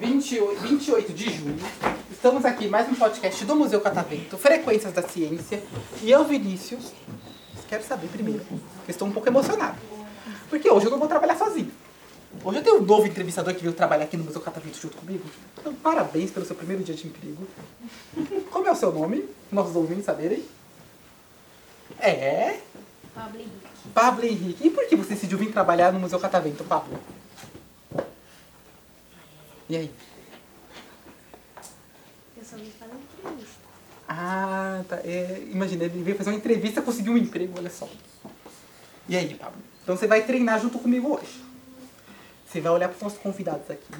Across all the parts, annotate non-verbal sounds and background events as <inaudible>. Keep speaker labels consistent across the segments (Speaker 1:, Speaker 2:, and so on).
Speaker 1: 28, 28 de julho, estamos aqui em mais um podcast do Museu Catavento, Frequências da Ciência, e eu, Vinícius, quero saber primeiro, que estou um pouco emocionado, porque hoje eu não vou trabalhar sozinho. Hoje eu tenho um novo entrevistador que veio trabalhar aqui no Museu Catavento junto comigo, então parabéns pelo seu primeiro dia de emprego. Como é o seu nome? Nossos ouvintes saberem. É,
Speaker 2: Pablo Henrique.
Speaker 1: Pablo Henrique, e por que você decidiu vir trabalhar no Museu Catavento, Pablo? E aí?
Speaker 2: Eu só vim fazer entrevista.
Speaker 1: Ah, tá. É, imagina, ele veio fazer uma entrevista, conseguiu um emprego, olha só. E aí, Pablo? Então você vai treinar junto comigo hoje. Você vai olhar para os nossos convidados aqui,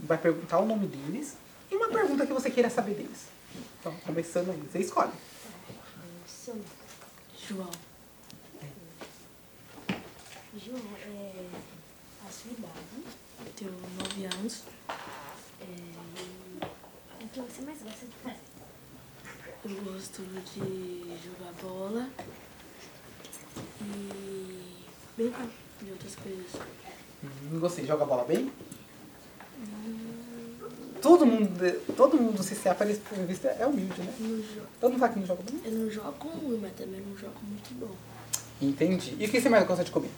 Speaker 1: vai perguntar o nome deles e uma pergunta que você queira saber deles. Então, começando aí, você escolhe.
Speaker 2: Seu nome? João. João, é a sua idade.
Speaker 3: Eu tenho 9 anos.
Speaker 2: É... O que você mais gosta de fazer?
Speaker 3: Eu gosto de jogar bola e brincar de outras coisas.
Speaker 1: Hum, Gostei, joga bola bem? Todo mundo, todo mundo do CCA, para esse vista, é humilde, né?
Speaker 3: Eu não, jo-
Speaker 1: Todo mundo sabe que não joga bem.
Speaker 3: eu não jogo ruim, mas também não jogo muito bom.
Speaker 1: Entendi. E o que você mais gosta de comer?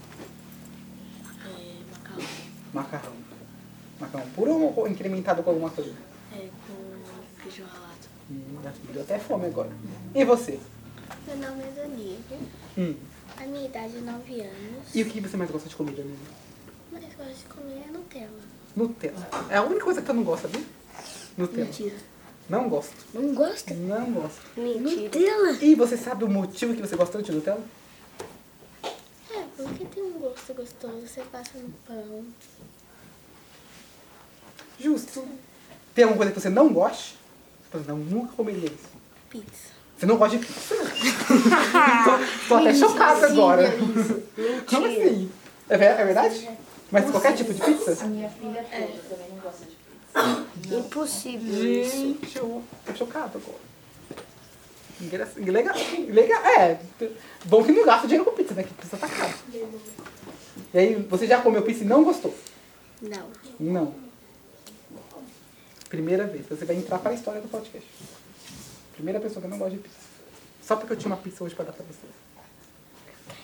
Speaker 3: É macarrão.
Speaker 1: Macarrão. Macarrão puro ou incrementado com alguma coisa?
Speaker 3: É com queijo ralado.
Speaker 1: Hum, nossa, me deu até fome agora. E você?
Speaker 4: Meu nome é Danilo,
Speaker 1: Hum,
Speaker 4: a minha idade é 9 anos.
Speaker 1: e o que você mais gosta de comida, amigo?
Speaker 4: Mas eu gosto de comer é Nutella.
Speaker 1: Nutella. É a única coisa que eu não gosto, sabia? Nutella.
Speaker 3: Mentira.
Speaker 1: Não gosto.
Speaker 4: Não gosta?
Speaker 1: Não gosto.
Speaker 4: Mentira.
Speaker 3: Nutella?
Speaker 1: E você sabe o motivo que você gosta tanto de Nutella?
Speaker 4: É, porque tem um gosto gostoso, você passa no pão.
Speaker 1: Justo. Tem alguma coisa que você não goste? Você fala, Não, nunca comeria isso.
Speaker 4: Pizza.
Speaker 1: Você não gosta de pizza? tô, tô até chocada agora. Como assim? É ver- é verdade? Mas qualquer tipo de pizza?
Speaker 4: Impossível.
Speaker 1: Gente, eu tô chocado agora. Engra- Legal, legal. É, bom que não gasta dinheiro com pizza, né? Que pizza tá cara. E aí, você já comeu pizza e não gostou?
Speaker 4: Não.
Speaker 1: Não. Primeira vez. Você vai entrar pra história do podcast. Primeira pessoa que não gosta de pizza. Só porque eu tinha uma pizza hoje pra dar pra vocês.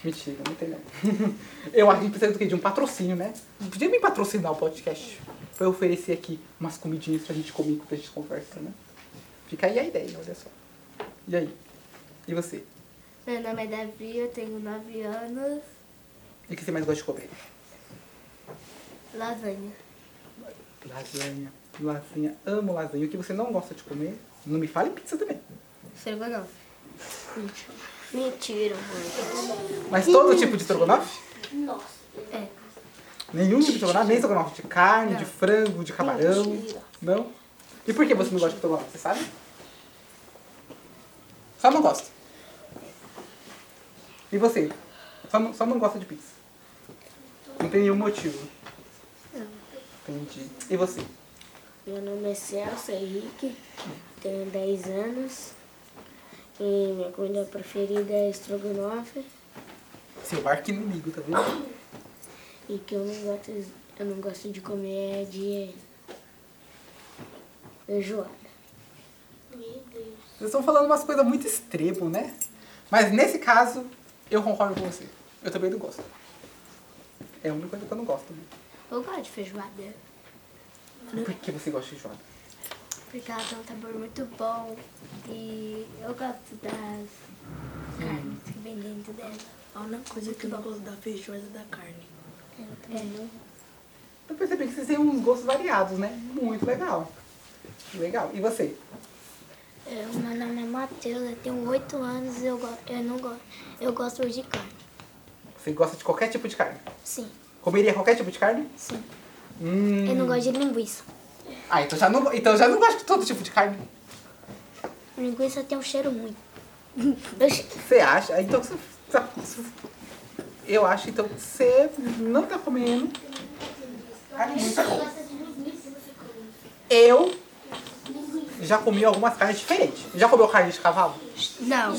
Speaker 1: Mentira, não <laughs> tem não. Eu acho que precisa do quê? De um patrocínio, né? Podia me patrocinar o podcast. Pra eu oferecer aqui umas comidinhas pra gente comer enquanto a gente conversa, né? Fica aí a ideia, olha só. E aí? E você?
Speaker 4: Meu nome é Davi, eu tenho 9 anos.
Speaker 1: E o que você mais gosta de comer?
Speaker 4: Lasanha.
Speaker 1: Lasanha. Lasanha. Amo lasanha. O que você não gosta de comer? Não me fale pizza também.
Speaker 4: Estrogonofe. Mentira, mano.
Speaker 1: Mas todo tipo de estrogonofe?
Speaker 4: É.
Speaker 1: Nenhum tipo de estrogonofe? Nem estrogonofe de carne, de frango, de camarão? Não? E por que você não gosta de estrogonofe? Você sabe? Só não gosta. E você? Só não, só não gosta de pizza? Não tem nenhum motivo? Entendi. E você?
Speaker 4: Meu nome é Celso Henrique, tenho 10 anos. E minha comida preferida é estrogonofe.
Speaker 1: Seu barco inimigo, tá vendo?
Speaker 4: E que eu não gosto, eu não gosto de comer é de feijoada.
Speaker 1: Vocês estão falando umas coisas muito extremo, né? Mas nesse caso, eu concordo com você. Eu também não gosto. É a única coisa que eu não gosto também.
Speaker 4: Eu gosto de feijoada,
Speaker 1: Por que você gosta de feijoada?
Speaker 4: porque ela tem um sabor muito bom. E eu gosto das carnes que vem dentro dela.
Speaker 3: A única coisa que eu não gosto da feijoada é da carne.
Speaker 4: É, não?
Speaker 1: Eu percebi que vocês têm uns gostos variados, né? Muito legal. Legal. E você?
Speaker 4: Eu, meu nome é Matheus, eu tenho 8 anos e eu, go- eu, não go- eu gosto de carne.
Speaker 1: Você gosta de qualquer tipo de carne?
Speaker 4: Sim,
Speaker 1: Comeria qualquer tipo de carne?
Speaker 4: sim.
Speaker 1: Hum.
Speaker 4: Eu não gosto de linguiça.
Speaker 1: Ah, então já não, então já não gosto de todo tipo de carne.
Speaker 4: Linguiça tem um cheiro ruim. <laughs> Eu che-
Speaker 1: Você acha? Então você. tá- Eu acho então que você não tá comendo. Tá carne muito boa. Eu já comi algumas carnes diferentes. Já comeu carne de cavalo?
Speaker 5: Não.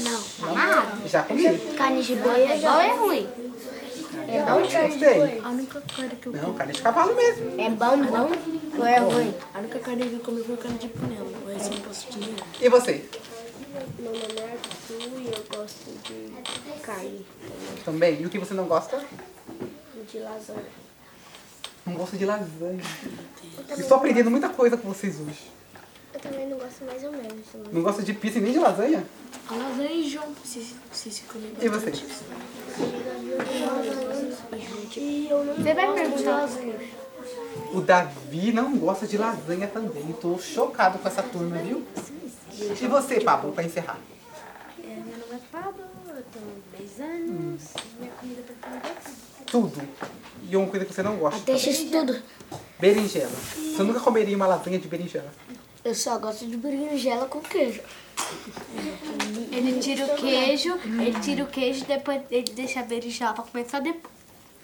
Speaker 4: Ah,
Speaker 1: Já comi.
Speaker 4: carne de boi é
Speaker 5: Qual
Speaker 4: já.
Speaker 5: é ruim?
Speaker 4: É
Speaker 1: Não,
Speaker 4: bom?
Speaker 1: gostei.
Speaker 3: A única carne que eu
Speaker 1: Não, carne de cavalo mesmo.
Speaker 4: É bom, não? Ou é ruim?
Speaker 3: A única carne que eu comi foi carne de panela. O resto eu não posso te dizer.
Speaker 1: E você?
Speaker 4: Meu nome é Arthur e eu gosto de carne,
Speaker 1: Também. E o que você não gosta?
Speaker 4: de lasanha.
Speaker 1: Não gosto de lasanha. Estou aprendendo muita coisa com vocês hoje.
Speaker 4: Eu também não gosto mais ou menos.
Speaker 1: Não gosta de pizza e nem de lasanha?
Speaker 3: A lasanha e João, se, se, se comer
Speaker 1: E você?
Speaker 3: né?
Speaker 5: Você vai perguntar.
Speaker 1: O Davi não gosta de lasanha também. Tô chocado com essa turma, viu? E você, Pablo, pra encerrar?
Speaker 2: É, meu nome é Pablo, eu tenho 10 anos. Minha comida preferida é tudo.
Speaker 1: Tudo. E uma coisa que você não gosta.
Speaker 4: Deixa isso tudo.
Speaker 1: Berinjela. Você nunca comeria uma lasanha de berinjela.
Speaker 4: Eu só gosto de berinjela com queijo.
Speaker 5: Ele tira o queijo, ele tira o queijo, depois ele deixa a berinjela pra comer só depois.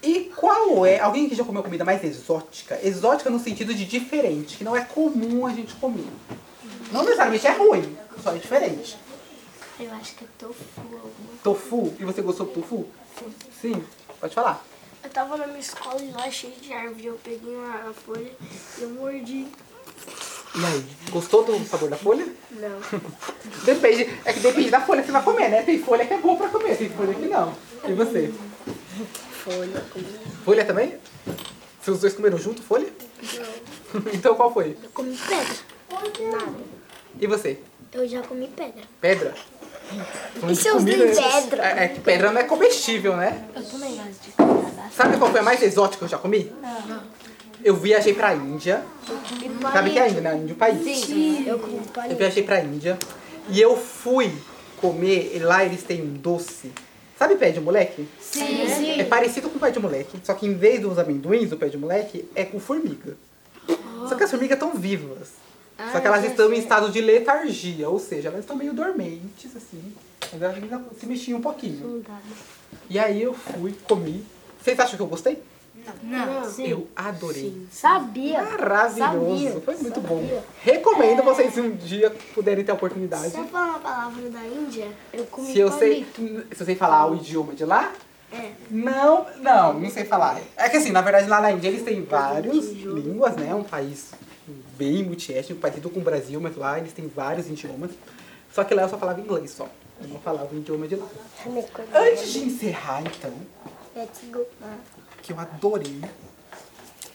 Speaker 1: E qual é? Alguém que já comeu comida mais exótica? Exótica no sentido de diferente, que não é comum a gente comer. Não necessariamente é ruim, só é diferente.
Speaker 5: Eu acho que é tofu alguma
Speaker 1: Tofu, e você gostou do tofu? Sim, pode falar.
Speaker 4: Eu tava na minha escola e lá cheio de árvore. Eu peguei uma folha e eu mordi.
Speaker 1: E aí, gostou do sabor da folha?
Speaker 4: Não.
Speaker 1: <laughs> Depende, é que depende da folha que você vai comer, né? Tem folha que é boa pra comer, tem folha que não. E você?
Speaker 3: Folha.
Speaker 1: Folha também? Se os dois comeram junto, folha? Não. <laughs> então qual foi?
Speaker 4: Eu comi pedra.
Speaker 1: E você?
Speaker 4: Eu já comi pedra.
Speaker 1: Pedra? E
Speaker 4: seus dentes? Pedra.
Speaker 1: É, é que pedra não é comestível, né?
Speaker 5: coisa. Eu também gosto de calabaça.
Speaker 1: Sabe qual foi a mais exótica que eu já comi? Eu viajei pra Índia. Sabe que é a Índia, né? A Índia é um país.
Speaker 4: Eu comi
Speaker 1: Eu viajei pra Índia e eu fui comer, e lá eles têm um doce. Sabe pé de moleque?
Speaker 5: Sim.
Speaker 1: É parecido com o pé de moleque, só que em vez dos amendoins do pé de moleque, é com formiga. Só que as formigas estão vivas.
Speaker 4: Ah,
Speaker 1: Só que elas
Speaker 4: é.
Speaker 1: estão em estado de letargia, ou seja, elas estão meio dormentes, assim. Mas elas ainda se mexiam um pouquinho. E aí eu fui, comi. Vocês acham que eu gostei?
Speaker 5: Não.
Speaker 1: Eu adorei.
Speaker 5: Sabia.
Speaker 1: Maravilhoso.
Speaker 5: Sabia,
Speaker 1: Foi muito bom. Recomendo vocês se um dia puderem ter a oportunidade.
Speaker 4: Sabe É. falar uma palavra da Índia? Eu comi
Speaker 1: Se eu sei,
Speaker 4: palmito.
Speaker 1: se eu sei falar o idioma de lá?
Speaker 4: É.
Speaker 1: Não, não, não sei falar. É que assim, na verdade lá na Índia eles têm várias línguas, né? É um país bem multiétnico, parecido com o Brasil, mas lá eles têm vários idiomas. Só que lá eu só falava inglês só. Eu não falava o idioma de lá.
Speaker 4: É
Speaker 1: Antes de encerrar, então, que eu adorei falar com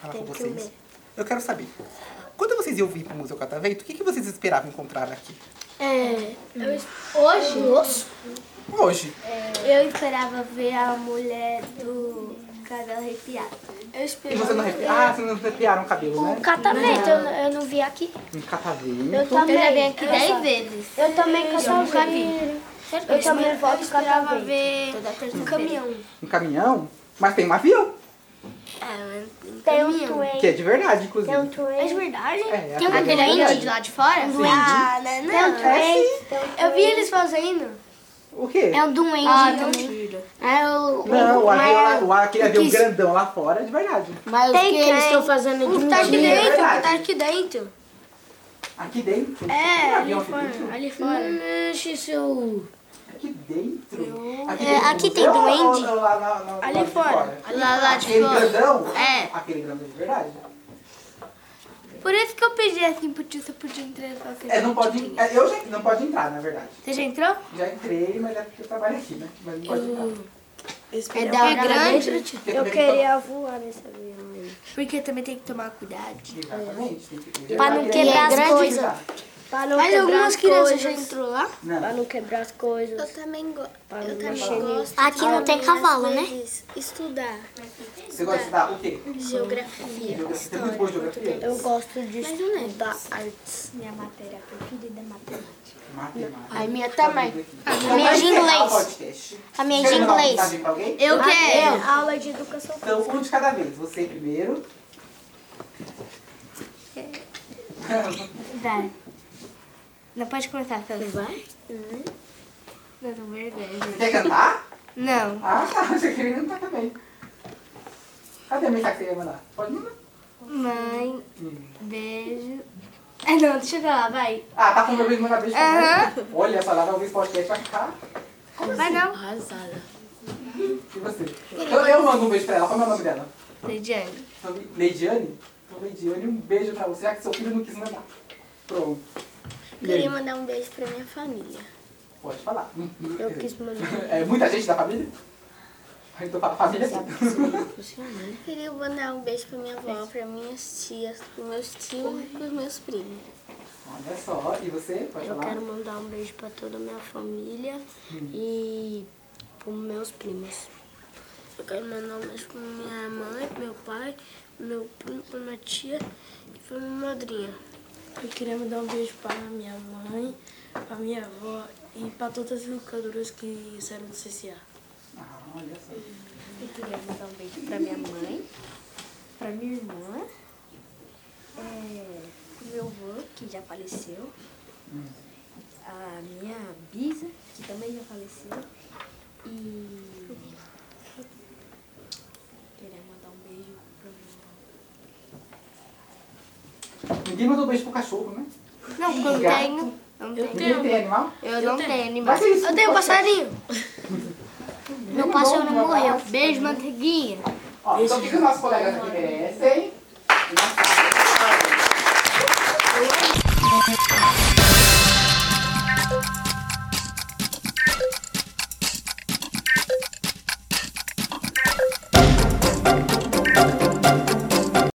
Speaker 4: Tem que
Speaker 1: vocês.
Speaker 4: comer.
Speaker 1: Eu quero saber, quando vocês iam vir pro Museu Catavento, o que, que vocês esperavam encontrar aqui?
Speaker 4: É.
Speaker 5: Hoje
Speaker 1: Hoje.
Speaker 5: eu esperava ver a mulher do cabelo arrepiado. Eu
Speaker 4: É
Speaker 1: E você
Speaker 5: esperava.
Speaker 1: não arrepi... Ah, vocês não arrepiaram o cabelo, né?
Speaker 4: Catavento, eu, eu não vi aqui.
Speaker 1: Um catavento.
Speaker 4: Eu também.
Speaker 5: Eu já vim aqui dez vezes.
Speaker 4: Eu também
Speaker 5: nunca
Speaker 4: catavento. Eu também volto
Speaker 5: esperava
Speaker 4: catavento.
Speaker 5: ver um caminhão.
Speaker 1: um caminhão, mas tem um avião,
Speaker 4: Tem um twin.
Speaker 1: que é de verdade, inclusive.
Speaker 4: Tem um twin.
Speaker 5: verdade?
Speaker 1: É,
Speaker 5: Tem um
Speaker 1: aquele
Speaker 5: grande de lá de fora? Ah, não,
Speaker 2: É
Speaker 4: Tem um
Speaker 5: não.
Speaker 4: twin. Tem um
Speaker 5: Eu vi eles fazendo.
Speaker 1: O quê?
Speaker 5: É um duende. Ah, duende. É o...
Speaker 1: Não, o avião, lá- o, aquele avião
Speaker 5: que-
Speaker 1: grandão lá fora é de verdade.
Speaker 4: Mas o que eles estão fazendo de
Speaker 5: O que tá aqui
Speaker 4: mentira?
Speaker 5: dentro, o que tá
Speaker 1: verdade.
Speaker 5: aqui dentro.
Speaker 1: Aqui dentro. um
Speaker 5: É, ali
Speaker 1: avião
Speaker 5: fora,
Speaker 1: dentro? Hum,
Speaker 5: ali fora.
Speaker 4: Mexe seu...
Speaker 1: Aqui dentro. Aqui,
Speaker 5: É, aqui tem
Speaker 1: museu ou
Speaker 5: duende.
Speaker 1: não, lá, na- na-
Speaker 5: Ali
Speaker 1: lá de
Speaker 5: fora. Lá, lá de
Speaker 1: Aquele
Speaker 5: fora.
Speaker 1: grandão?
Speaker 5: É.
Speaker 1: Aquele grandão de verdade.
Speaker 5: tipo, Por isso que eu pedi assim pro tio, você podia entrar e falar que
Speaker 1: É, não
Speaker 5: gente
Speaker 1: pode,
Speaker 5: tinha.
Speaker 1: é, eu já, não pode entrar, na verdade.
Speaker 5: Você já entrou?
Speaker 1: Já entrei, mas é porque eu trabalho aqui, né? Mas não pode entrar.
Speaker 4: Hum, É
Speaker 3: Eu esperava-
Speaker 5: da hora é grande.
Speaker 1: Porque também
Speaker 4: tá-
Speaker 1: tem que
Speaker 4: voar nesse avião aí.
Speaker 5: Porque também tem que tomar cuidado.
Speaker 1: tomar- Exatamente. tem que-
Speaker 5: Pra não quebrar as coisas.
Speaker 4: Pra não
Speaker 5: Mas
Speaker 4: quebrar
Speaker 5: algumas
Speaker 4: as
Speaker 5: crianças já
Speaker 4: coisas.
Speaker 5: entrou lá?
Speaker 4: Pra
Speaker 1: Não.
Speaker 4: não quebrar as coisas.
Speaker 2: também, go
Speaker 4: Pra não mexer nisso.
Speaker 5: Aqui não tem cavalo, né?
Speaker 2: Estudar
Speaker 1: Você gosta de dar o quê?
Speaker 2: geografia.
Speaker 1: Geografia. Você é muito boa em geografia?
Speaker 4: Eu gosto de
Speaker 5: é.
Speaker 4: estudar artes.
Speaker 2: Minha matéria preferida é matemática.
Speaker 1: Matemática.
Speaker 4: A minha também.
Speaker 1: A
Speaker 5: minha é de
Speaker 1: um
Speaker 5: inglês.
Speaker 1: A
Speaker 5: minha é de inglês. Eu quero.
Speaker 4: Aula de educação
Speaker 1: Então, um de cada vez. Você primeiro.
Speaker 5: Vai. Não pode começar, Uhum. Felipe.
Speaker 4: Vai?
Speaker 5: Não, não, verdade.
Speaker 1: Quer cantar?
Speaker 5: Não.
Speaker 1: Ah, <laughs> tá. Você queria cantar também. Cadê a mensagem que você ia mandar? Pode mandar.
Speaker 5: Mãe, beijo. É, não, deixa pra lá, vai.
Speaker 1: Ah, tá com vermelho na cabeça. também? Olha, essa lá vai ouvir esse podcast vai ficar.
Speaker 5: Vai
Speaker 4: assim?
Speaker 5: não.
Speaker 3: Arrasada.
Speaker 1: E você? Eu, eu mando um beijo pra ela. Qual é o nome dela?
Speaker 5: Lidiane.
Speaker 1: Leidiane? Então, Leidiane, um beijo pra você. Ah, que seu filho não quis mandar. Pronto. E aí?
Speaker 4: Queria mandar um beijo pra minha família.
Speaker 1: Pode falar.
Speaker 4: Eu quis
Speaker 1: <laughs>
Speaker 4: mandar. um
Speaker 1: É muita gente da família? Ah, Então fala família sim.
Speaker 4: Queria mandar um beijo pra minha avó, pra minhas tias, pros meus tios e pros meus primos.
Speaker 1: <laughs> Olha só, e você? Pode
Speaker 4: Eu
Speaker 1: falar?
Speaker 4: quero mandar um beijo pra toda a minha família e pros meus primos. Eu quero mandar um beijo pra minha mãe, pro meu pai, pro meu primo, pra minha tia e pra minha madrinha.
Speaker 3: Eu queria mandar um beijo para minha mãe, para minha avó e para todas as educadoras que saíram do CCA.
Speaker 1: Ah, olha só.
Speaker 2: Eu queria mandar um beijo pra minha mãe, pra minha irmã, é, pro meu avô, que já faleceu, a minha bisa, que também já faleceu, e queria mandar um beijo pra minha
Speaker 1: Ninguém mandou beijo pro cachorro, né?
Speaker 5: Não, porque eu não
Speaker 1: Gato.
Speaker 5: tenho. Eu não tenho.
Speaker 1: Ninguém tem animal?
Speaker 5: Eu não tenho animal.
Speaker 1: Mas é isso.
Speaker 5: Eu tenho passarinho. Meu
Speaker 1: Não,
Speaker 5: passarinho
Speaker 1: não,
Speaker 5: morreu.
Speaker 1: não.
Speaker 5: Beijo, manteiguinha.
Speaker 1: Ó, então o que, que os nossos colegas aqui merecem?